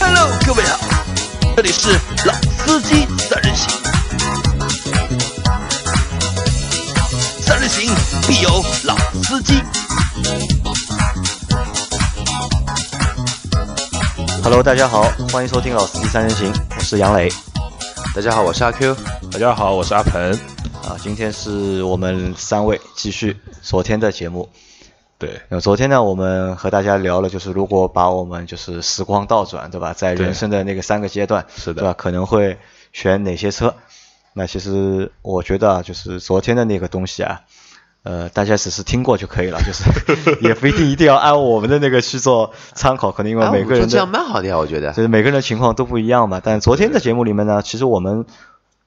Hello，各位好，这里是老司机三人行，三人行必有老司机。 Hello，大家好，欢迎收听《老司机三人行》，我是杨磊。大家好，我是阿 Q。大家好，我是阿鹏。啊，今天是我们三位继续昨天的节目。对，那昨天呢，我们和大家聊了，就是如果把我们就是时光倒转，对吧？在对人生的那个三个阶段，是对的吧？可能会选哪些车？那其实我觉得啊，就是昨天的那个东西啊，呃，大家只是听过就可以了，就是 也不一定一定要按我们的那个去做参考，可能因为啊每我个说人的这样蛮好的呀，我觉得就。是每个人的情况都不一样嘛。但昨天的节目里面呢，其实我们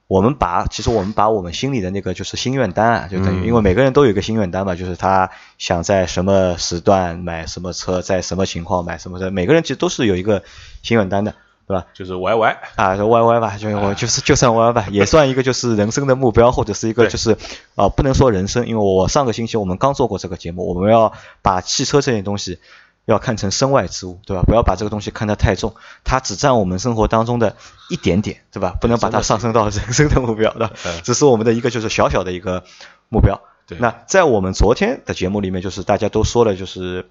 我们把其实我们把我们心里的那个就是心愿单啊，就等于、嗯因为每个人都有一个心愿单嘛，就是他想在什么时段买什么车，在什么情况买什么车，每个人其实都是有一个心愿单的，对吧？就是 YY，啊，就 YY 吧，就我就是就算 YY 吧，也算一个就是人生的目标，或者是一个对就是呃，不能说人生，因为我上个星期我们刚做过这个节目，我们要把汽车这件东西要看成身外之物，对吧？不要把这个东西看得太重，它只占我们生活当中的一点点，对吧？不能把它上升到人生的目标的嗯，只是我们的一个就是小小的一个目标。对那在我们昨天的节目里面，就是大家都说了，就是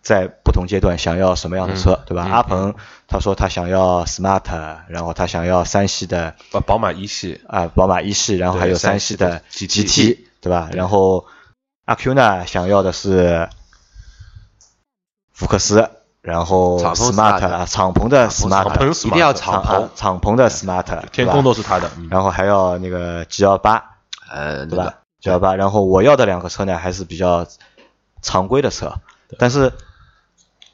在不同阶段想要什么样的车，嗯对吧？阿鹏他说他想要 smart，然后他想要三系的把宝马一系，啊、宝马一系，然后还有对三三系系的的 GT，, GT 对吧？然后阿 Q 呢想要的是福克斯，然后敞篷 smart smart 啊敞篷的 smart，敞篷一定要 smart 敞啊篷，敞篷的 smart，对吧天空都是他的。嗯然后还要那个 G 幺八。呃，对对吧？？九幺八。然后我要的两个车呢，还是比较常规的车，但是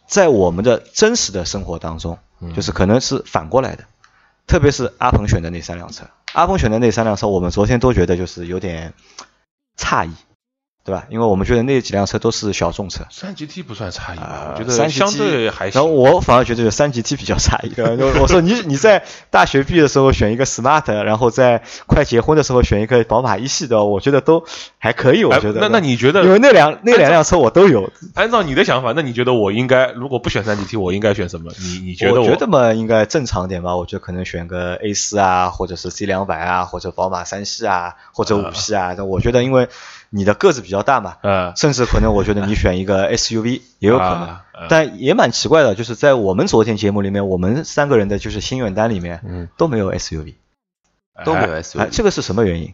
在我们的真实的生活当中，就是可能是反过来的。特别是阿鹏选的那三辆车，阿鹏选的那三辆车，我们昨天都觉得就是有点诧异，对吧？因为我们觉得那几辆车都是小众车，三 GT 不算差异吧，啊，我觉三得级相 T 对还行然后。我反而觉得有三级 T 比较差一 点。我说你你在大学毕业的时候选一个 smart，然后在快结婚的时候选一个宝马一系的，我觉得都还可以。我哎觉得。那那你觉因为得，哎那两那两辆车我都有，按照你的想法，那你觉得我应该如果不选三 GT，我应该选什么？你你觉得我我？觉得嘛应该正常点吧。我觉得可能选个 A 四啊，或者是 C 两百啊，或者宝马三系啊，或者五系啊。但我觉得因为你的个子比较大嘛，呃，甚至可能我觉 得你选一个 SUV 也有可能，啊嗯但也蛮奇怪的，就是在我们昨天节目里面，我们三个人的就是心愿单里面，嗯都没有 SUV，都没有哎， SUV，这个是什么原因？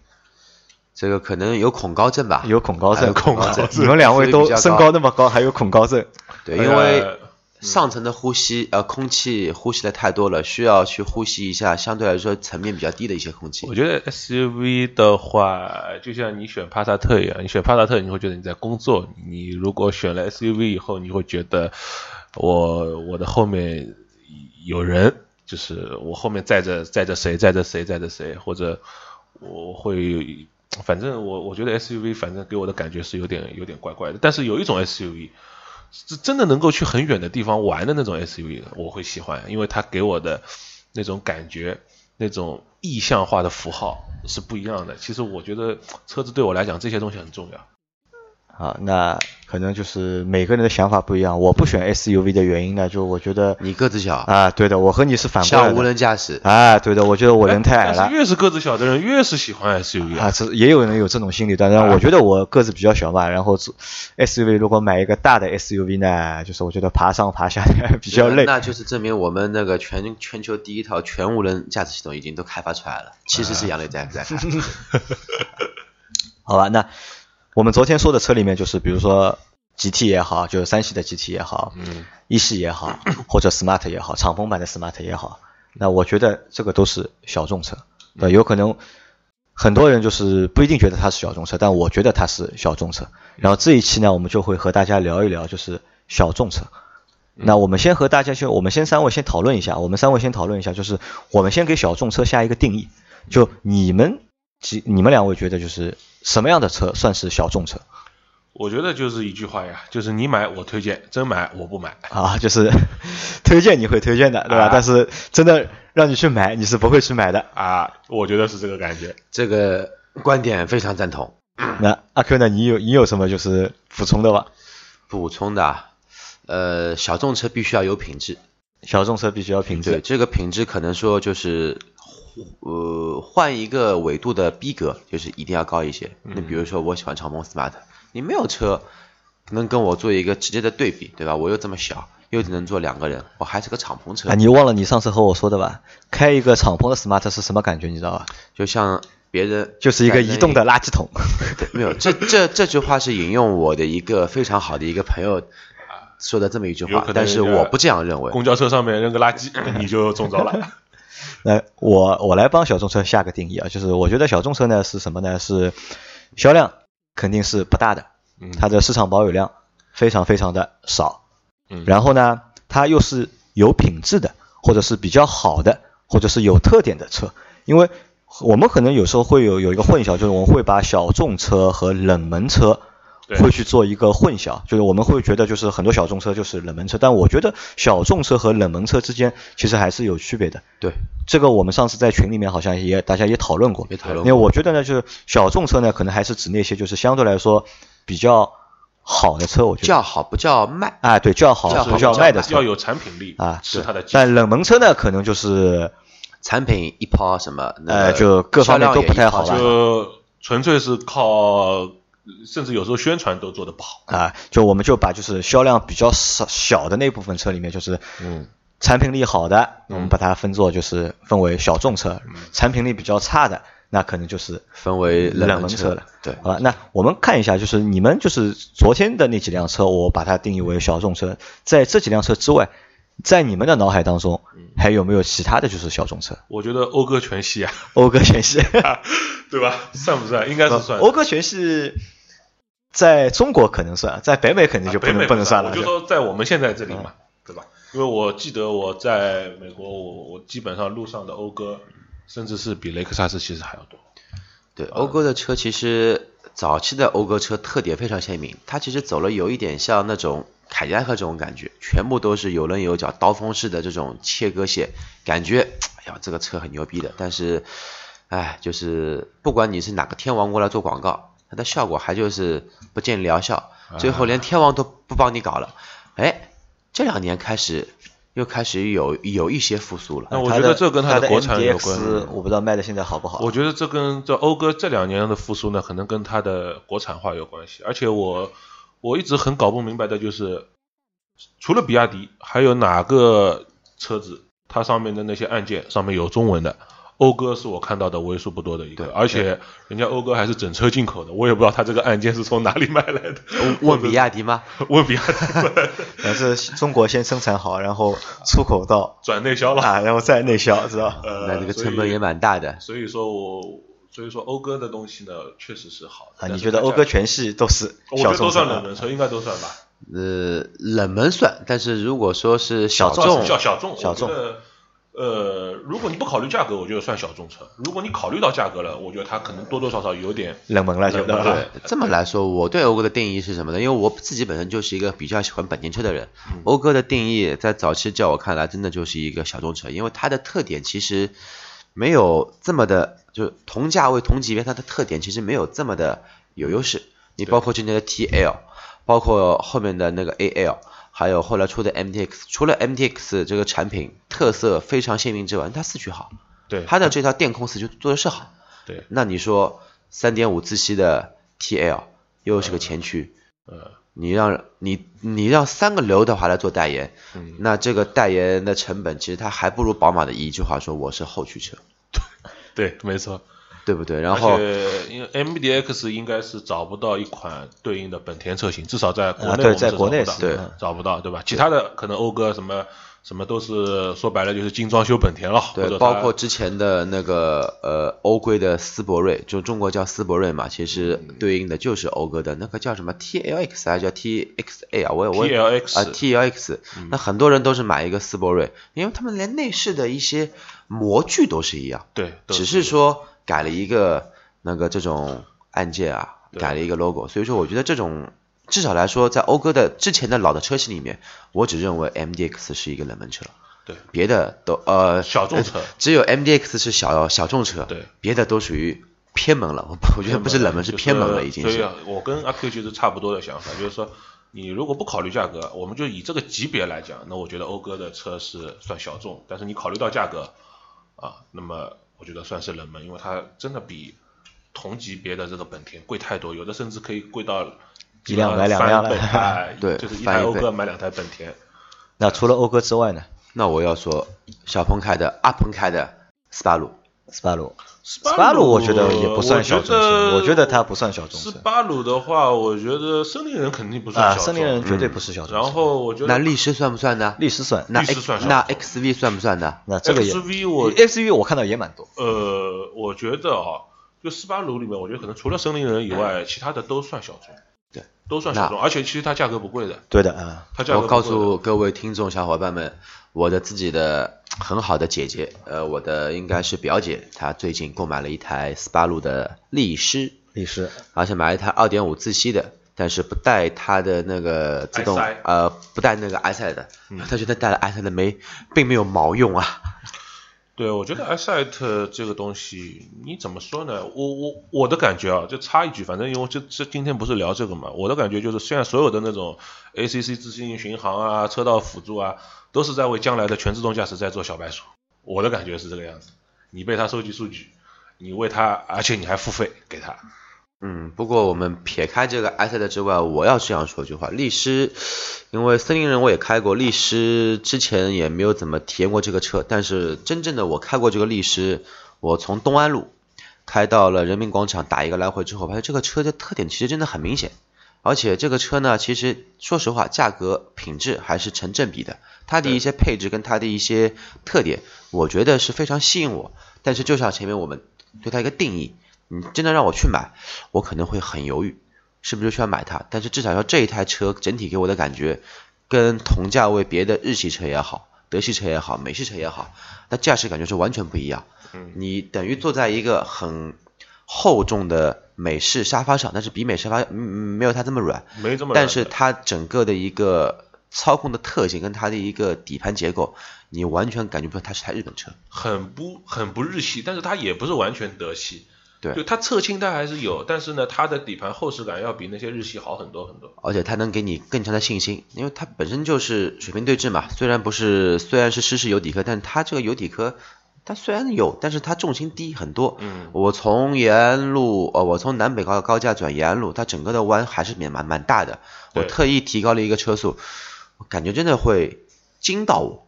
这个可能有恐高症吧？有恐高啊还症，啊有恐高症你们两位 SUV 比都较高身高那么高，还有恐高症，对，因为呃上层的呼吸呃空气呼吸的太多了，需要去呼吸一下相对来说层面比较低的一些空气我。觉得 SUV 的话，就像你选帕萨特一样，你选帕萨特，你会觉得你在工作；你如果选了 SUV 以后，你会觉得我我的后面有人，就是我后面载着载着谁，载着谁，载着谁，或者我会，反正我我觉得 SUV 反正给我的感觉是有点有点怪怪的。但是有一种 SUV，是真的能够去很远的地方玩的那种 SUV，我会喜欢，因为它给我的那种感觉、那种意象化的符号是不一样的。其实我觉得车子对我来讲，这些东西很重要。啊，那可能就是每个人的想法不一样。我不选 SUV 的原因呢，就我觉得你个子小，啊，对的，我和你是反过来像无的。人驾驶，啊，对的，我觉得我人太矮但了是。越是个子小的人，越是喜欢 SUV 啊，这也有人有这种心理，但是啊我觉得我个子比较小嘛，然后做 SUV 如果买一个大的 SUV 呢，就是我觉得爬上爬下 比较累。那就是证明我们那个全全球第一套全无人驾驶系统已经都开发出来了。其实啊是杨磊 在在开，好吧，那我们昨天说的车里面，就是比如说 GT 也好，就是三系的 GT 也好，嗯，一系也好，或者 Smart 也好，敞篷版的 Smart 也好，那我觉得这个都是小众车，对，有可能很多人就是不一定觉得它是小众车，但我觉得它是小众车。然后这一期呢，我们就会和大家聊一聊，就是小众车。那我们先和大家先，我们先三位先讨论一下，我们三位先讨论一下，就是我们先给小众车下一个定义，就你们几你们两位觉得就是什么样的车算是小众车我觉得就是一句话呀，就是你买我推荐，真买我不买。啊？就是 推荐你会推荐的，对吧？啊但是真的让你去买，你是不会去买的。啊，我觉得是这个感觉。这个观点非常赞同。那阿 Q 呢？你有你有什么就是补充的吧？补充的啊，呃，小众车必须要有品质。小众车必须要品对，质，这个品质可能说就是，呃，换一个维度的逼格，就是一定要高一些。嗯那比如说，我喜欢长鹏 Smart，你没有车能跟我做一个直接的对比，对吧？我又这么小，又只能坐两个人，我还是个敞篷车啊，，你忘了你上次和我说的吧？开一个敞篷的 smart 是什么感觉？你知道吧？就像别人就是一个移动的烂。垃圾桶。对没有，这这这句话是引用我的一个非常好的一个朋友说的这么一句有话可能，但是人家我不这样认为。公交车上面扔个垃圾，你就中招了。那我我来帮小众车下个定义啊，就是我觉得小众车呢是什么呢？是销量肯定是不大的，嗯它的市场保有量非常非常的少，嗯然后呢，它又是有品质的，或者是比较好的，或者是有特点的车，因为我们可能有时候会有有一个混淆，就是我们会把小众车和冷门车对会去做一个混淆，就是我们会觉得就是很多小众车就是冷门车，但我觉得小众车和冷门车之间其实还是有区别的。对，这个我们上次在群里面好像也大家也讨论过，也讨论因过为我觉得呢，就是小众车呢，可能还是指那些就是相对来说比较好的车，我觉得叫好不叫卖，啊，对，叫好叫好不叫叫卖的要车有产品力啊，是它的基础。但冷门车呢，可能就是产品一抛什么，那呃个就各方面销量都也不太一抛好吧就就纯粹是靠，甚至有时候宣传都做得不好。啊，就我们就把就是销量比较少小的那部分车里面，就是嗯产品力好的，我们把它分作就是分为小众车，嗯产品力比较差的，那可能就是分为冷门门车了。对，好吧，那我们看一下，就是你们就是昨天的那几辆车，我把它定义为小众车。在这几辆车之外，在你们的脑海当中，嗯还有没有其他的就是小众车？我觉得讴歌全 系啊，讴歌全系，对吧？算不算？应该是算。讴歌全系在中国可能算，在北美肯定就不啊北能、美不能算了。嗯我就说在我们现在这里嘛，对吧？因为我记得我在美国，我我基本上路上的讴歌，甚至是比雷克萨斯其实还要多。啊对，讴歌的车其实早期的讴歌车特点非常鲜明，它其实走了有一点像那种凯迪拉克这种感觉，全部都是有棱有角、刀锋式的这种切割线，感觉哎呀这个车很牛逼的，但是，哎，就是不管你是哪个天王过来做广告，它的效果还就是不见疗效，啊最后连天王都不帮你搞了，哎，这两年开始又开始有有一些复苏了。那我觉得这跟它它的国产有 MDX 关。我不知道卖的现在好不好。我觉得这跟这讴歌这两年的复苏呢，可能跟它的国产化有关系。而且我我一直很搞不明白的就是，除了比亚迪，还有哪个车子它上面的那些按键上面有中文的？讴歌是我看到的为数不多的一个，而且人家讴歌还是整车进口的，我也不知道它这个按键是从哪里买来的。问比亚迪吗？ 问比亚迪 但是中国先生产好，然后出口 到转内销了，啊，然后再内销，知道吧？呃，那这个所以成本也蛮大的。所以说我所以说讴歌的东西呢，确实是好的。啊，但你是觉得它讴价歌全系都是我觉小得都众算车冷啊？门车，应该都算吧。呃，冷门算，但是如果说是小小众众，啊小小众，小众我觉得。呃，如果你不考虑价格，我觉得算小众车；如果你考虑到价格了，我觉得它可能多多少少有点冷门了就冷门对吧了。 这么来说，我对讴歌的定义是什么呢？因为我自己本身就是一个比较喜欢本田车的人。讴歌的定义在早期在我看来，真的就是一个小众车，因为它的特点其实没有这么的，就是同价位同级别，它的特点其实没有这么的有优势。你包括今年的 TL，包括后面的那个 AL，还有后来出的 MTX，除了 MTX 这个产品特色非常鲜明之外，它四驱好，对它的这套电控四驱做的是好。对，那你说三点五自吸的 TL 又是个前驱，呃，你让你你让三个刘德华来做代言，嗯那这个代言的成本其实它还不如宝马的一句话说我是后驱车，对，没错。对不对？然后而且因为 MDX 应该是找不到一款对应的本田车型，至少在国内啊我对们在国内是找不是到对找不到，对吧？其他的可能讴歌什么什么都是说白了就是精装修本田了，或对，者包它括之前的那个呃欧规的思铂睿，就中国叫思铂睿嘛，其实嗯对应的就是讴歌的那个叫什么 TLX 还是叫 TXA 啊？我也我也 TLX 啊 TLX，嗯那很多人都是买一个思铂睿，因为他们连内饰的一些模具都是一样，对，都只是说改了一个那个这种按键啊，改了一个 logo，所以说我觉得这种。至少来说，在讴歌的之前的老的车系里面，我只认为 MDX 是一个冷门车，对别的都呃小众车呃只有 MDX 是小小众车，对，别的都属于偏门了。我我觉得不是冷门，是就是偏门了，已经所以是啊。我跟阿 Q 其实差不多的想法，就是说你如果不考虑价格，我们就以这个级别来讲，那我觉得讴歌的车是算小众，但是你考虑到价格啊，那么我觉得算是冷门，因为它真的比同级别的这个本田贵太多，有的甚至可以贵到一辆买两辆了翻倍哎对就是一翻台一讴倍歌买两台本田。那除了讴歌之外呢？那我要说小鹏开的、阿鹏开的、斯巴鲁，斯巴鲁，斯斯巴鲁我觉得也不算小众车，我觉得它不算小众斯车巴鲁的话，我觉得森林人肯定不算啊，小众森林人绝对不是小众然车。后我觉得那力狮算不算呢？力狮算，那力狮 X 算小那众 XV 算不算呢？那这个也 XV 我 SUV 我看到也蛮多，呃，我觉得啊、就斯巴鲁里面，我觉得可能除了森林人以外，其他的都算小众，嗯对，都算小众，而且其实它价格不贵的，对的啊，它价格我不告贵的诉各位听众小伙伴们，我的自己的很好的姐姐，呃，我的应该是表姐，她最近购买了一台斯巴鲁的力狮，力狮而且买了一台2.5自吸的，但是不带它的那个自动 SI 呃不带那个埃塞的，嗯她觉得带了埃塞的没并没有毛用啊。对，我觉得 i s i t 这个东西，你怎么说呢？我我我的感觉啊，就插一句，反正因为这这今天不是聊这个嘛，我的感觉就是，现在所有的那种 ACC 自适应巡航啊、车道辅助啊，都是在为将来的全自动驾驶在做小白鼠。我的感觉是这个样子，你被他收集数据，你为他，而且你还付费给他。嗯，不过我们撇开这个埃塞的之外，我要这样说一句话：力狮，因为森林人我也开过，力狮之前也没有怎么体验过这个车，但是真正的我开过这个力狮，我从东安路开到了人民广场打一个来回之后，发现这个车的特点其实真的很明显，而且这个车呢，其实说实话，价格品质还是成正比的，它的一些配置跟它的一些特点，我觉得是非常吸引我。但是就像前面我们对它一个定义，你真的让我去买，我可能会很犹豫，是不是需要买它？但是至少说这一台车整体给我的感觉，跟同价位别的日系车也好、德系车也好、美系车也好，那驾驶感觉是完全不一样。你等于坐在一个很厚重的美式沙发上，但是比美沙发嗯没有它这么软，没这么但懒是的它整个的一个操控的特性跟它的一个底盘结构，你完全感觉不到它是台日本车。很不很不日系，但是它也不是完全德系。对就它侧倾它还是有，但是呢，它的底盘厚实感要比那些日系好很多很多。而且它能给你更强的信心，因为它本身就是水平对置嘛。虽然不是，虽然是湿式油底壳，但是它这个油底壳，它虽然有，但是它重心低很多。嗯，我从延安路，呃，我从南北高高架转延安路，它整个的弯还是蛮蛮蛮大的。我对特意提高了一个车速，我感觉真的会惊到我。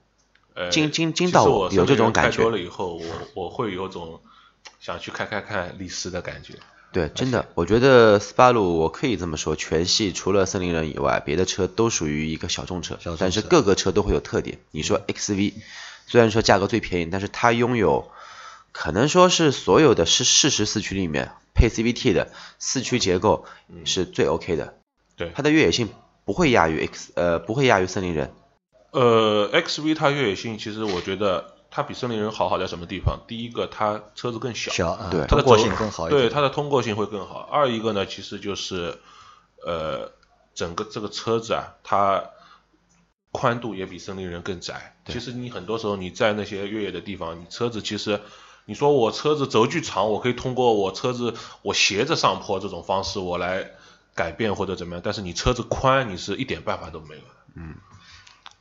呃，惊惊其惊实到我我有身边这种人感开觉多了以后，我我会有种想去开开看力狮的感觉。对，真的，我觉得斯巴鲁，我可以这么说，全系除了森林人以外，别的车都属于一个小众车，小众但是车嗯各个车都会有特点。你说 XV，虽然说价格最便宜，但是它拥有可能说是所有的是适时四驱里面配 CVT 的四驱结构嗯是最 OK 的。对它的越野性不会亚于 X，呃，不会亚于森林人。呃，XV 它越野性其实我觉得它比森林人好好在什么地方？第一个，它车子更小，小啊对，它通的过轴性更好一对点。它的通过性会更好。二一个呢，其实就是呃，整个这个车子啊，它宽度也比森林人更窄。其实你很多时候你在那些越野的地方，你车子其实。你说我车子轴距长，我可以通过我车子我斜着上坡这种方式我来改变或者怎么样，但是你车子宽，你是一点办法都没有的。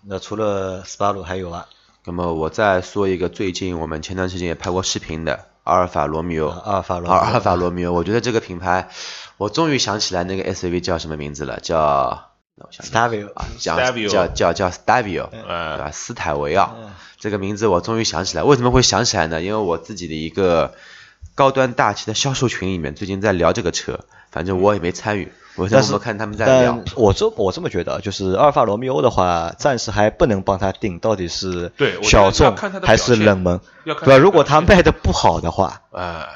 那除了斯巴鲁还有啊，那么我再说一个最近我们前段时间也拍过视频的阿尔法罗密欧，啊阿尔法罗密欧阿尔法罗密欧，我觉得这个品牌，我终于想起来那个 SUV 叫什么名字了，叫那我想 s 想 t a v i o 啊，叫 Stabio 叫叫叫 Stabio，对呃，吧？斯泰维奥嗯这个名字我终于想起来，为什么会想起来呢？因为我自己的一个高端大气的销售群里面最近在聊这个车，反正我也没参与，我在但我是们看他们在聊但，我这我这么觉得，就是阿尔法罗密欧的话，暂时还不能帮他定到底是对我觉得小要众看它的还表是现冷门，要看对吧？它的如果表他现卖的不好的话，哎，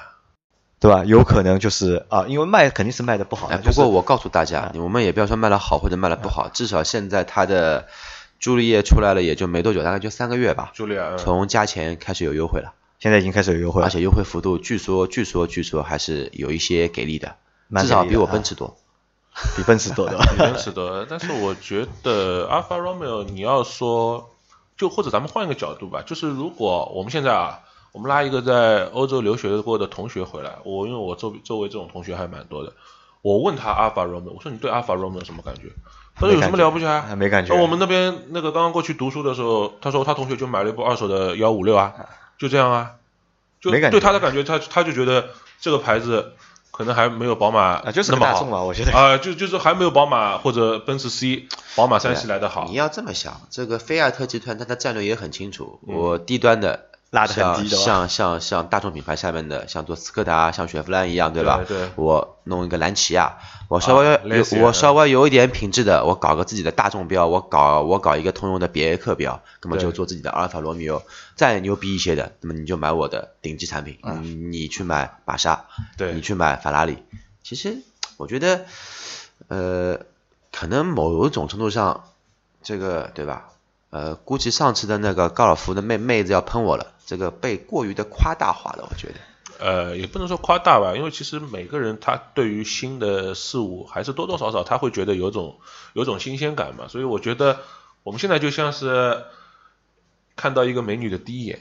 对吧？有可能就是啊，因为卖肯定是卖的不好的。哎，不就是过我告诉大家，我们也不要说卖了好或者卖了不好，至少现在它的朱丽叶出来了也就没多久，大概就三个月吧，朱莉亚，嗯从加钱开始有优惠了，现在已经开始有优惠了，而且优惠幅度据说据说据说还是有一些给力的，蛮至给力的少比我啊奔驰多。 比奔驰多 的。奔驰的，但是我觉得阿尔法罗密欧，你要说，就或者咱们换一个角度吧，就是如果我们现在啊，我们拉一个在欧洲留学过的同学回来，我因为我周周围这种同学还蛮多的，我问他阿尔法罗密欧，我说你对阿尔法罗密欧有什么感觉？他没说有什感么觉了不起啊？没感觉那我们那边那个刚刚过去读书的时候，他说他同学就买了一部二手的幺五六啊，就这样啊，就没感觉对他的感觉，他他就觉得这个牌子可能还没有宝马啊，就是那个么大好众嘛，我觉得。啊、就就是还没有宝马或者奔驰 C、宝马三系来的好你。要这么想，这个菲亚特集团它的战略也很清楚，我低端的。拉得很低的吧像像像像大众品牌下面的，像做斯柯达、像雪佛兰一样，对吧？对对我弄一个兰奇亚，我稍微有、啊类似于我稍微有一点品质的，我搞个自己的大众标，我搞我搞一个通用的别克标，那么对就做自己的阿尔法罗密欧。再牛逼一些的，那么你就买我的顶级产品，啊你你去买玛莎，对你去买法拉利。其实我觉得，呃，可能某种程度上，这个对吧？呃，估计上次的那个高尔夫的妹妹子要喷我了，这个被过于的夸大化了，我觉得。呃，也不能说夸大吧，因为其实每个人他对于新的事物还是多多少少他会觉得有种有种新鲜感嘛，所以我觉得我们现在就像是看到一个美女的第一眼，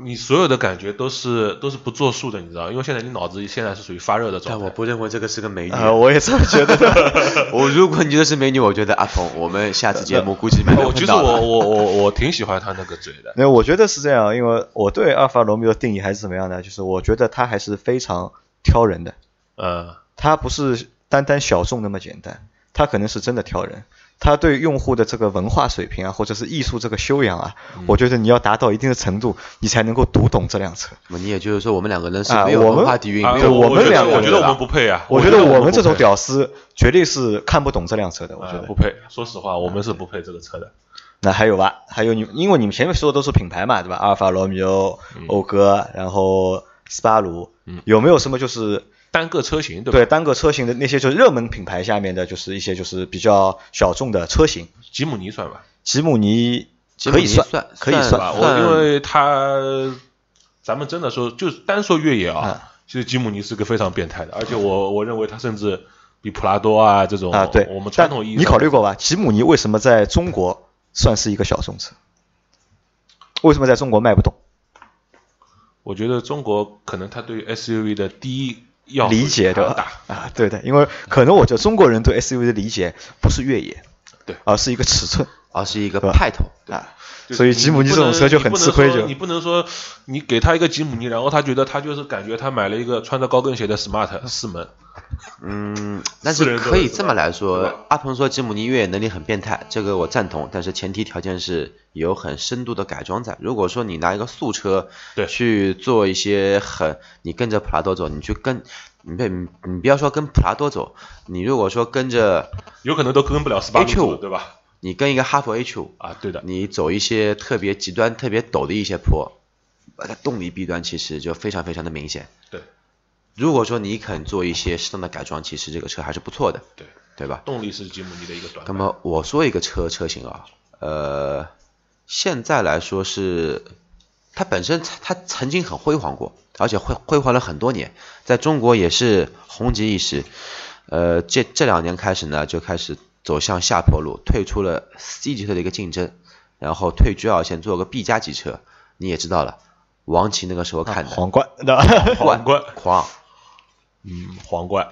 你所有的感觉都是都是不作数的，你知道，因为现在你脑子现在是属于发热的状但态。我不认为这个是个美女。 啊，我也这么觉得的。呃我如果你觉得是美女，我觉得阿鹏，我们下次节目估计没我有哦其实碰到我了。我我我挺喜欢他那个嘴的，没有，我觉得是这样，因为我对阿尔法罗密欧的定义还是怎么样呢？就是我觉得它还是非常挑人的，嗯，它不是单单小众那么简单，它可能是真的挑人。它对用户的这个文化水平啊，或者是艺术这个修养啊，嗯我觉得你要达到一定的程度，你才能够读懂这辆车。你也就是说，我们两个人是啊没有我文们化底蕴，啊没对有我我们觉得两个我觉得人我啊们不配啊，我觉觉得我我们这种不配屌丝绝对是看不懂这辆车的，我觉啊得嗯不。配，说实话，我们是不配这个车的。那还有吧，还有你，因为你们前面说的都是品牌嘛，对吧？阿尔法罗密欧、嗯讴歌，然后斯巴鲁，有没有什么就是单个车型对吧？对单个车型的那些就是热门品牌下面的，就是一些就是比较小众的车型？吉姆尼算吧，吉姆尼吉姆可尼以算可以对算吧？算，我因为它，咱们真的说，就是单说越野啊，嗯其实吉姆尼是个非常变态的，而且我我认为它甚至比普拉多啊这种啊，对，我们传但统意义上你考虑过吧？吉姆尼为什么在中国算是一个小众车？为什么在中国卖不动？我觉得中国可能他对于 SUV 的第一要理解的的大，啊，对的，因为可能我觉得中国人对 SUV 的理解不是越野，对而是一个尺寸而是一个对吧派头。啊，就是所以你吉姆尼这种车就很吃亏，就你不能说你不能说你给他一个吉姆尼，然后他觉得他就是感觉他买了一个穿着高跟鞋的 smart 四门，嗯，但私是人可以车这么来对吧说，阿鹏说吉姆尼越野能力很变态，这个我赞同，但是前提条件是有很深度的改装在。如果说你拿一个素车，对去做一些很，你跟着普拉多走，你去跟，你别你你不要说跟普拉多走，你如果说跟着有可能都跟不了斯巴哎鲁 H 五走对吧？你跟一个哈佛 H 五，啊，对的，你走一些特别极端、特别陡的一些坡，它动力弊端其实就非常非常的明显。对如果说你肯做一些适当的改装，其实这个车还是不错的，对，对吧？动力是吉姆尼的一个短那板。么我说一个车车型啊，呃，现在来说是，它本身它曾经很辉煌过，而且辉辉煌了很多年，在中国也是红极一时。呃，这这两年开始呢，就开始走向下坡路，退出了 C 级车的一个竞争，然后退居二线，做个 B 加级车。你也知道了，王琦那个时候看的，啊皇冠，对吧？皇冠，狂，嗯，皇冠，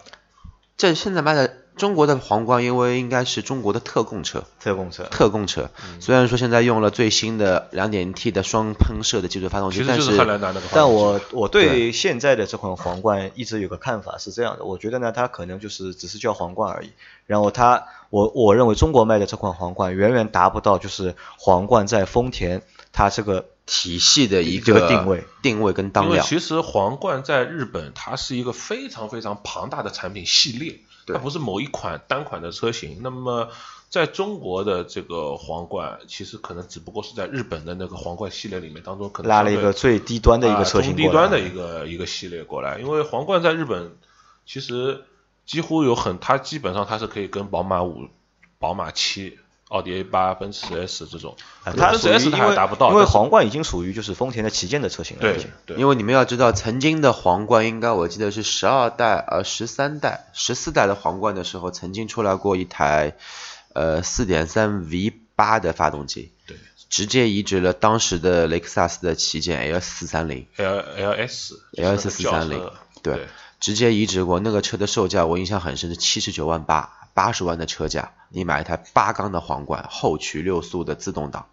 这现在卖的中国的皇冠，因为应该是中国的特供车， 特供车，特供车，嗯虽然说现在用了最新的 2.0T 的双喷射的技术发动其机，实但就是汉兰达那个皇冠。但我我对对现在的这款皇冠一直有个看法是这样的，我觉得呢，它可能就是只是叫皇冠而已。然后它，我我认为中国卖的这款皇冠远远达不到就是皇冠在丰田它这个体系的一这个定位定位跟因当为量。其实皇冠在日本，它是一个非常非常庞大的产品系列，对它不是某一款单款的车型。那么在中国的这个皇冠，其实可能只不过是在日本的那个皇冠系列里面当中，可能拉了一相对个最低端的一啊个车型中过来，低端的一个一个系列过来，因为皇冠在日本其实几乎有很，它基本上它是可以跟宝马五、宝马七、奥迪 A 八、奔驰 S 这种，啊它属奔驰于 S 它因还为达不到，因为但是皇冠已经属于就是丰田的旗舰的车型了，已对经。对，因为你们要知道，曾经的皇冠应该我记得是十二代、呃十三代、十四代的皇冠的时候，曾经出来过一台呃4.3 V 八的发动机，对直接移植了当时的雷克萨斯的旗舰 L 四三零。 L L S LS430 对对直接移植过，那个车的售价我印象很深，是七十九万八，八十万的车价，你买一台八缸的皇冠，后驱六速的自动挡，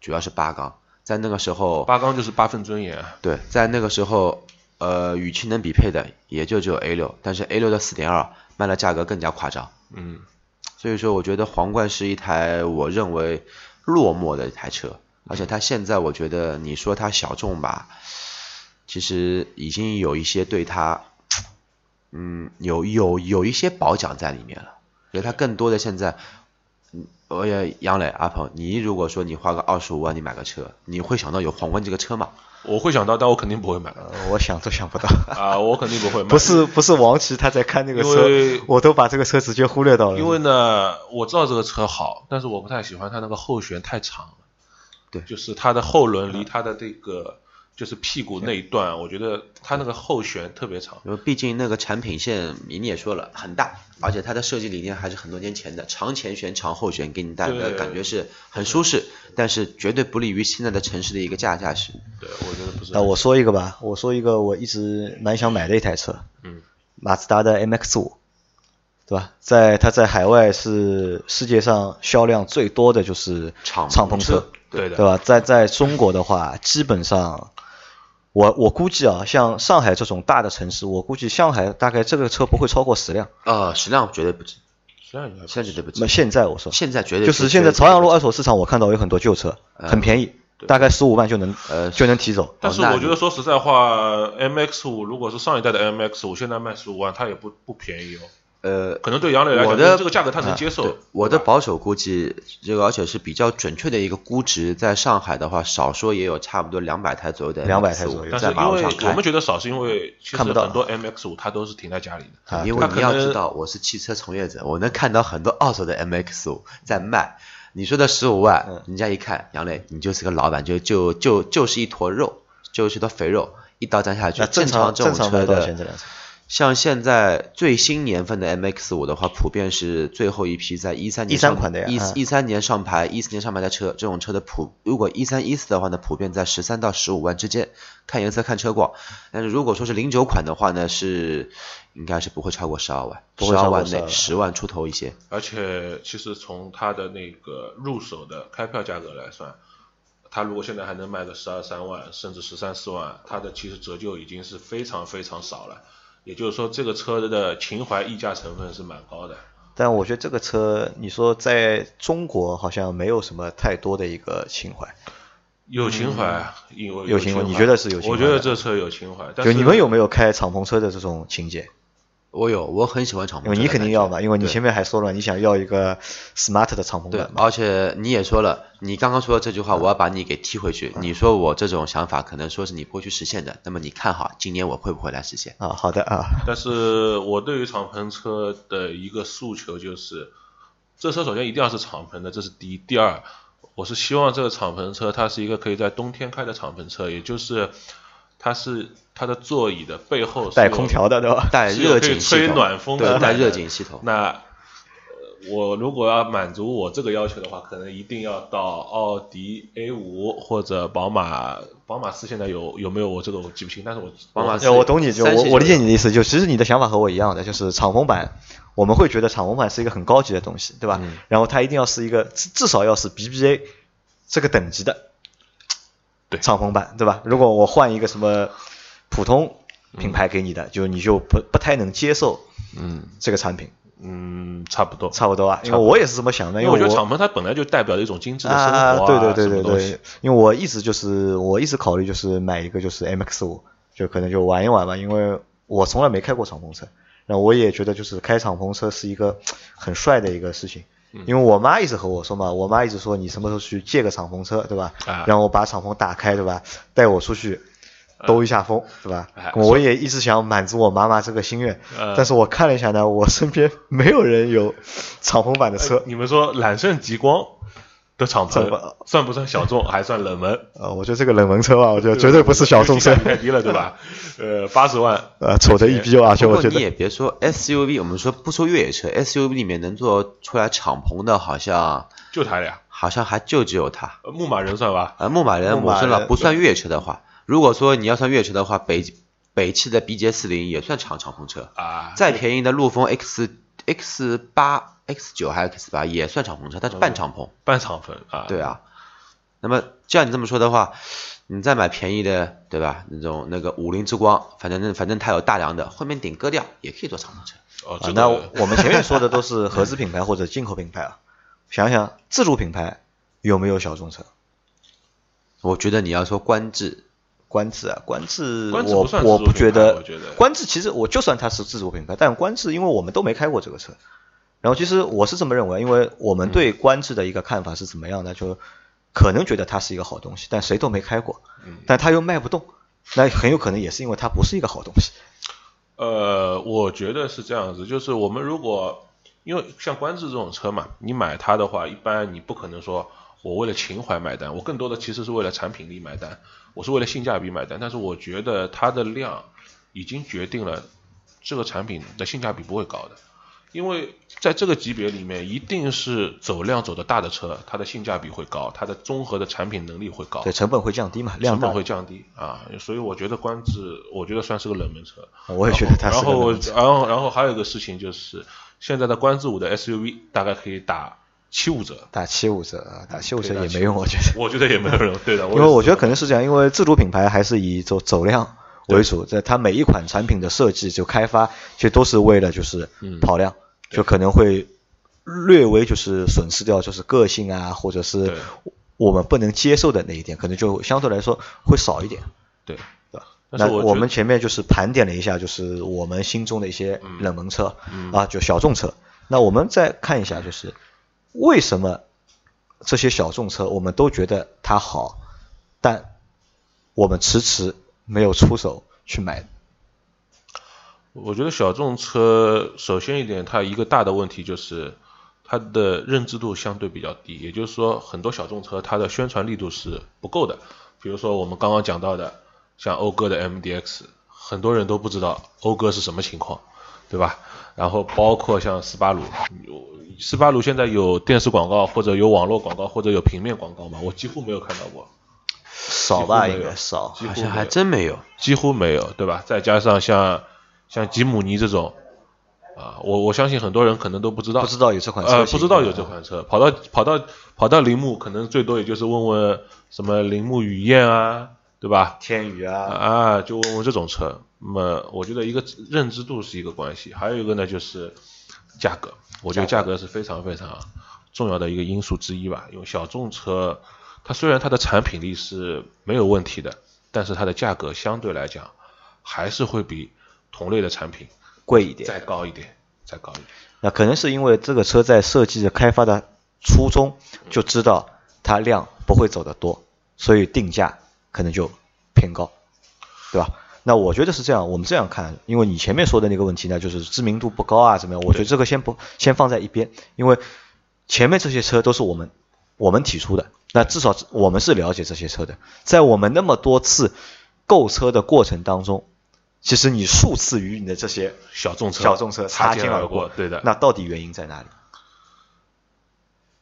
主要是八缸，在那个时候，八缸就是八分尊严啊，对，在那个时候，呃，与其能匹配的也就只有 A 六，但是 A 六的四点二卖的价格更加夸张，嗯，所以说我觉得皇冠是一台我认为落寞的一台车，而且它现在我觉得你说它小众吧，其实已经有一些对它，嗯，有有有一些褒奖在里面了，觉得它更多的现在。嗯，我也杨磊阿鹏，你如果说你花个二十五万你买个车，你会想到有皇冠这个车吗？我会想到，但我肯定不会买啊、我想都想不到。我肯定不会 买，不是不是王琦他在看那个因为车，我都把这个车直接忽略到了。因为呢，我知道这个车好，但是我不太喜欢它那个后悬太长了。对嗯就是它的后轮离它的这个就是屁股那一段，我觉得它那个后悬特别长。因为毕竟那个产品线，你也说了很大，而且它的设计理念还是很多年前的，长前悬、长后悬，给你带来的对感觉是很舒适，但是绝对不利于现在的城市的一个驾驾驶。对，我觉得不是。那我说一个吧，我说一个我一直蛮想买的一台车，嗯，马自达的 MX 五，对吧？在它在海外是世界上销量最多的就是敞敞篷篷车车，对的对吧？在在中国的话，基本上。我我估计啊，像上海这种大的城市，我估计上海大概这个车不会超过十辆。呃，食量绝对不止，这样应该不现在绝对不那止，现在我说，现在绝对就是现在朝阳路路二手市场，我看到有很多旧车，很便宜，大概十五万就能呃就能提走。但是哦那我觉得说实在话，MX 五如果是上一代的 MX 五，现在卖十五万，它也不不便宜哦。呃，可能对杨磊来我讲，的呃这个价格他能接受。对我的保守估计，这个而且是比较准确的一个估值，在上海的话，少说也有差不多两百台左右的 MX5， 200台左右但是在因马路为上我开们。觉得少，是因为其实看不到很多 MX 五它都是停在家里的。啊因对为他你可要能知道，我是汽车从业者，我能看到很多二手的 MX 五在卖。你说的十五万，人家一看，杨磊，你就是个老板，就就就就是一坨肉，就是一坨肥肉，一刀斩下去。那正常常这种正常卖车多少钱这的，辆车？像现在最新年份的 MX 五的话，普遍是最后一批在一三年13上款的呀一嗯一三年上牌，一四年上牌的车，这种车的普，如果一三一四的话呢，普遍在十三到十五万之间，看颜色看车况。但是如果说是零九款的话呢，是应该是不会超过十二万，不会十超二过万内12十万出头一些。而且其实从它的那个入手的开票价格来算，它如果现在还能卖个十二三万，甚至十三四万，它的其实折旧已经是非常非常少了。也就是说，这个车的情怀溢价成分是蛮高的。但我觉得这个车，你说在中国好像没有什么太多的一个情怀。有情怀啊，有嗯有情怀情你觉得是有情我怀觉得的这车有情怀，但就是你们有没有开敞篷车的这种情节？我有，我很喜欢敞篷因车为的感觉。你肯定要嘛，因为你对前面还说了你想要一个 smart 的敞篷对版，嘛。而且你也说了，你刚刚说的这句嗯话，我要把你给踢回去。你说我这种想法，可能说是你不会去实现的。那么你看好今年我会不会来实现？啊，好的啊， 但是我对于敞篷车的一个诉求就是，这车首先一定要是敞篷的，这是第一。第二，我是希望这个敞篷车它是一个可以在冬天开的敞篷车，也就是它是它的座椅的背后是带有空调的对吧？带是有热可以景系吹统暖风对的，带热景系统。那呃我如果要满足我这个要求的话，可能一定要到奥迪 A 五或者宝马，宝马四现在有有没有我这个我记不清，但是我宝马我四对，呃我懂你就三我系我理解就你的意思，就其实你的想法和我一样的，就是敞篷版，我们会觉得敞篷版是一个很高级的东西，对吧？嗯然后它一定要是一个至至少要是 BBA 这个等级的，对敞篷版，对吧？如果我换一个什么普通品牌给你的，就你就不不太能接受嗯这个产品，嗯差不多。差不多啊，因为我也是这么想的，因为为我觉我得敞篷它本来就代表了一种精致的生活啊，对对对什对么东对西，因为我一直就是我一直考虑就是买一个就是 MX 五，就可能就玩一玩吧，因为我从来没开过敞篷车，然后我也觉得就是开敞篷车是一个很帅的一个事情。嗯因为我妈一直和我说嘛，我妈一直说你什么时候去借个敞篷车，对吧？啊让我把敞篷打开，对吧？带我出去兜一下风，对吧嗯哎？我也一直想满足我妈妈这个心愿呃，但是我看了一下呢，我身边没有人有敞篷版的车，哎你们说揽胜极光的敞敞篷篷算不算小众，还算冷门？呃，我觉得这个冷门车啊，我觉得绝对不是小众车性价，比太低了，对吧？呃，八十万，呃，丑的一逼哦，而且不我过觉你也得，别说 SUV，我们说不说越野车，SUV 里面能做出来敞篷的，好像就他俩，好像还就只有它。呃牧马人算吧？呃，牧马人牧马我说了人不算越野车的话，如果说你要算越野车的话，北北汽的 BJ 四零也算长长风车，啊，再便宜的陆风 X X 八 X 九还是 X 八也算敞篷车，但是半敞篷。半场分啊，对啊，那么这样你这么说的话，你再买便宜的，对吧？那种那个五菱之光，反正那反正它有大梁的，后面顶割掉也可以做敞篷车。哦，啊这，那个我们前面说的都是合资品牌或者进口品牌啊，想想自主品牌有没有小众车？我觉得你要说观致，观致啊，观致观致我不算我自主不品觉牌得我觉得，观致其实我就算它是自主品牌，但观致因为我们都没开过这个车，然后其实我是这么认为，因为我们嗯对观致的一个看法是怎么样呢？就可能觉得它是一个好东西，但谁都没开过，嗯但它又卖不动，那很有可能也是因为它不是一个好东西。呃，我觉得是这样子，就是我们如果因为像观致这种车嘛，你买它的话，一般你不可能说我为了情怀买单，我更多的其实是为了产品力买单，我是为了性价比买单。但是我觉得它的量已经决定了这个产品的性价比不会高的，因为在这个级别里面，一定是走量走的大的车，它的性价比会高，它的综合的产品能力会高。对，成本会降低嘛，量成大本。会降低啊，所以我觉得观致，我觉得算是个冷门车。哦我也觉得它是然个后冷我门车然后然后还有一个事情就是，现在的观致五的 SUV 大概可以打七五折，打七五折，啊，打七五折嗯可以打也没75用，我觉得，我觉得也没有人对的。因为我觉得得可能是这样，因为自主品牌还是以走走量为主，在它每一款产品的设计就开发，其实都是为了就是嗯跑量，就可能会略微就是损失掉就是个性啊，或者是对我们不能接受的那一点，可能就相对来说会少一点。对，对吧？但是那我觉我得们前面就是盘点了一下，就是我们心中的一些嗯冷门车、啊，就小众车。那我们再看一下，就是为什么这些小众车我们都觉得它好，但我们迟迟没有出手去买。我觉得小众车首先一点，它一个大的问题就是它的认知度相对比较低，也就是说很多小众车它的宣传力度是不够的。比如说我们刚刚讲到的，像讴歌的 MDX，很多人都不知道讴歌是什么情况，对吧？然后包括像斯巴鲁，有斯巴鲁现在有电视广告或者有网络广告或者有平面广告吗？我几乎没有看到过，少吧，几乎应没有该少。几乎好没有像还真没有。几乎没有，对吧？再加上像像吉姆尼这种，啊，我我相信很多人可能都不知道，不知道有这款车呃，型不知道有这款车，跑到跑到跑到铃木，可能最多也就是问问什么铃木雨燕啊，对吧？天宇啊，啊，就问问这种车。那么我觉得一个认知度是一个关系，还有一个呢就是价格，我觉得价格是非常非常重要的一个因素之一吧。因为小众车，它虽然它的产品力是没有问题的，但是它的价格相对来讲还是会比同类的产品贵一点。再高一点，再高一点。那可能是因为这个车在设计的开发的初衷就知道它量不会走得多，所以定价可能就偏高，对吧？那我觉得是这样，我们这样看，因为你前面说的那个问题呢，就是知名度不高啊，怎么样？我觉得这个先不先放在一边，因为前面这些车都是我们我们提出的，那至少我们是了解这些车的。在我们那么多次购车的过程当中，其实你数次与你的这些小众车，小众车擦擦肩肩而而过，对的。那到底原因在哪里？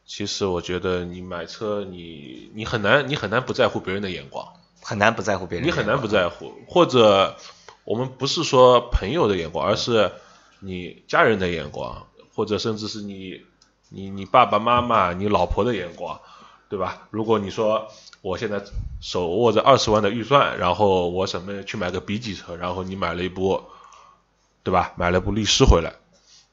其实我觉得你买车你，你很难，你很难不在乎别人的眼光。很难不在乎别人，你很难不在乎，或者我们不是说朋友的眼光，而是你家人的眼光，或者甚至是你你你爸爸妈妈、你老婆的眼光，对吧？如果你说我现在手握着二十万的预算，然后我准备去买个 B 级车，然后你买了一部，对吧？买了部力狮回来。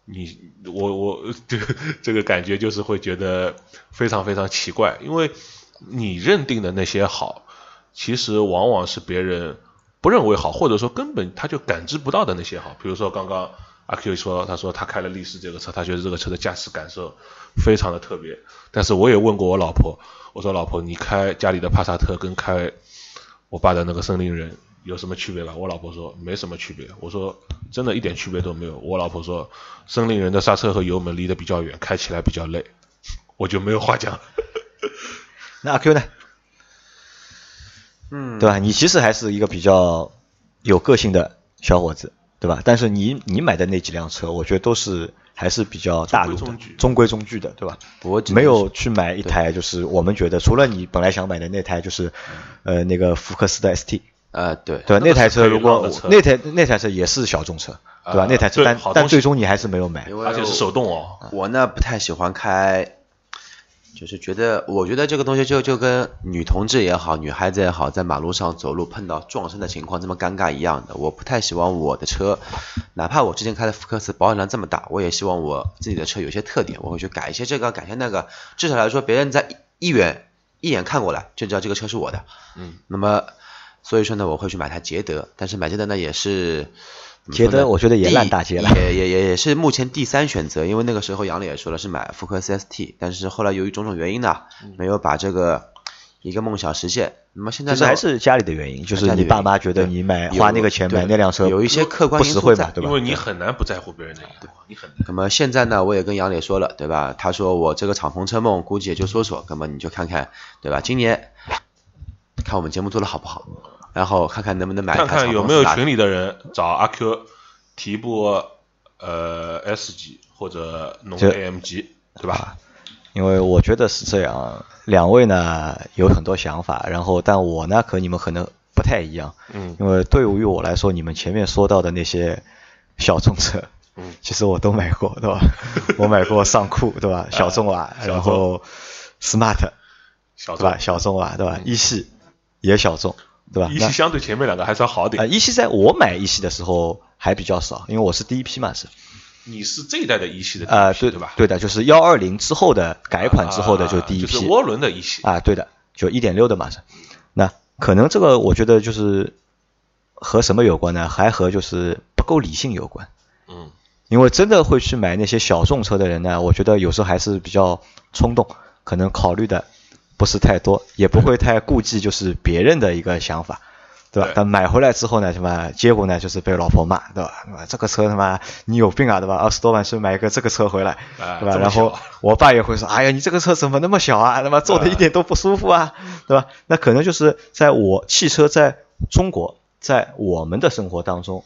你我我这个这个感觉就是会觉得非常非常奇怪，因为你认定的那些好，其实往往是别人不认为好，或者说根本他就感知不到的那些好。比如说刚刚阿 Q 说，他说他开了力狮这个车，他觉得这个车的驾驶感受非常的特别。但是我也问过我老婆，我说老婆，你开家里的帕萨特跟开我爸的那个森林人有什么区别吧？我老婆说没什么区别。我说真的一点区别都没有。我老婆说森林人的刹车和油门离得比较远，开起来比较累， 我就没有话讲了。那阿 Q 呢？嗯，对吧？你其实还是一个比较有个性的小伙子，对吧？但是你你买的那几辆车，我觉得都是还是比较大路的中规中矩，中规中矩的，对吧？我只能没有去买一台，就是我们觉得除了你本来想买的那台，就是呃那个福克斯的 ST，呃，对，对吧？嗯那那个台是车可以如让果的车那台那台车也是小众车，对吧？啊那台车对但好东但西最终你还是没有买因，为而且是手动哦，我呢不太喜欢开，就是觉得我觉得这个东西就就跟女同志也好，女孩子也好，在马路上走路碰到撞车的情况这么尴尬一样的。我不太喜欢我的车，哪怕我之前开的福克斯保有量这么大，我也希望我自己的车有些特点，我会去改一些这个，改一些那个，至少来说，别人在一一眼一眼看过来就知道这个车是我的。嗯，那么所以说呢，我会去买台捷德，但是买捷德呢也是。怎么捷说德呢我觉得也第烂大街了也也也也是目前第三选择，因为那个时候杨磊也说了是买福克斯 ST，但是后来由于种种原因呢，嗯没有把这个一个梦想实现。那么现在其实呢还是家里的原因，就是你爸妈觉得你买有花那个钱对买那辆车有一些客观不因实素惠在嘛，对吧因？为你很难不在乎别人的眼光，你很难。那么现在呢，我也跟杨磊说了，对吧？他说我这个敞篷车梦估计也就说说，那么你就看看，对吧？今年看我们节目做的好不好，然后看看能不能买一台看敞篷看有没有斯巴鲁群里的人找阿 Q 提一部呃 S 级或者农这啊 AMG，对吧？因为我觉得是这样，啊两位呢有很多想法，然后但我呢和你们可能不太一样，嗯因为对于我来说，你们前面说到的那些小众车，嗯其实我都买过，对吧？ 我买过尚酷，对吧？小众啊，小众然后 smart，小对吧？众。小众啊，对吧？一系也小众，对吧？一那系相对前面两个还算好呃，点，一系在我买一系的时候还比较少，因为我是第一批嘛，是你是这一代的一系的第一批呃，对对吧？对的，就是幺二零之后的改款之后的就第一啊就是批涡轮的一系，啊，对的，就一点六的嘛是。那可能这个我觉得就是和什么有关呢？还和就是不够理性有关。嗯，因为真的会去买那些小众车的人呢，我觉得有时候还是比较冲动，可能考虑的不是太多，也不会太顾忌就是别人的一个想法，对吧对？但买回来之后呢，什么结果呢，就是被老婆骂，对吧？对吧这个车他妈你有病啊，对吧？二十多万去买一个这个车回来，哎对吧？这么然后小我爸也会说，哎呀，你这个车怎么那么小啊？他妈坐的一点都不舒服啊，嗯对吧？那可能就是在我汽车在中国，在我们的生活当中，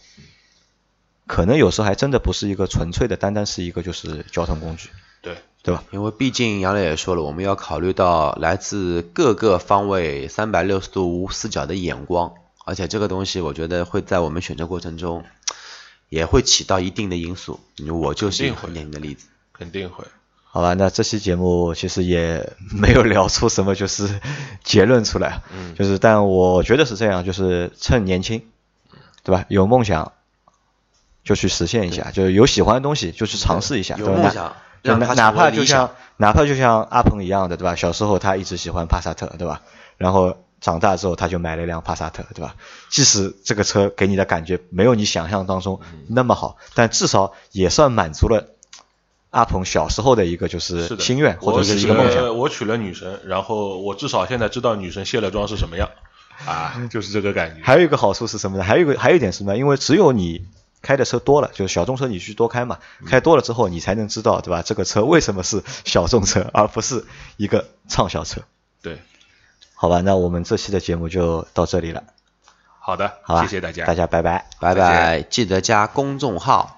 可能有时候还真的不是一个纯粹的，单单是一个就是交通工具，对，对吧？因为毕竟杨磊也说了，我们要考虑到来自各个方位、三百六十度无死角的眼光，而且这个东西我觉得会在我们选择过程中也会起到一定的因素。我就是一个很典型的例子。肯定会。好吧，那这期节目其实也没有聊出什么就是结论出来，嗯就是但我觉得是这样，就是趁年轻，对吧？有梦想就去实现一下，就是有喜欢的东西就去尝试一下，有对吧梦那想就让哪它哪成为怕理就想像哪怕就像阿鹏一样的，对吧？小时候他一直喜欢帕萨特，对吧？然后长大之后他就买了一辆帕萨特，对吧？即使这个车给你的感觉没有你想象当中嗯那么好，但至少也算满足了阿鹏小时候的一个就是是的，心愿或者我呃是一娶个梦想。了我娶了女神，然后我至少现在知道女神卸了妆是什么样 啊，就是这个感觉。还有一个好处是什么呢？还有一个还有一点是什么呢？因为只有你开的车多了，就是小众车你去多开嘛，嗯开多了之后你才能知道，对吧？这个车为什么是 小众车，而不是一个畅销车？对，好吧，那我们这期的节目就到这里了，好的好，吧？谢谢大家，大家拜拜。再拜拜，记得加公众号。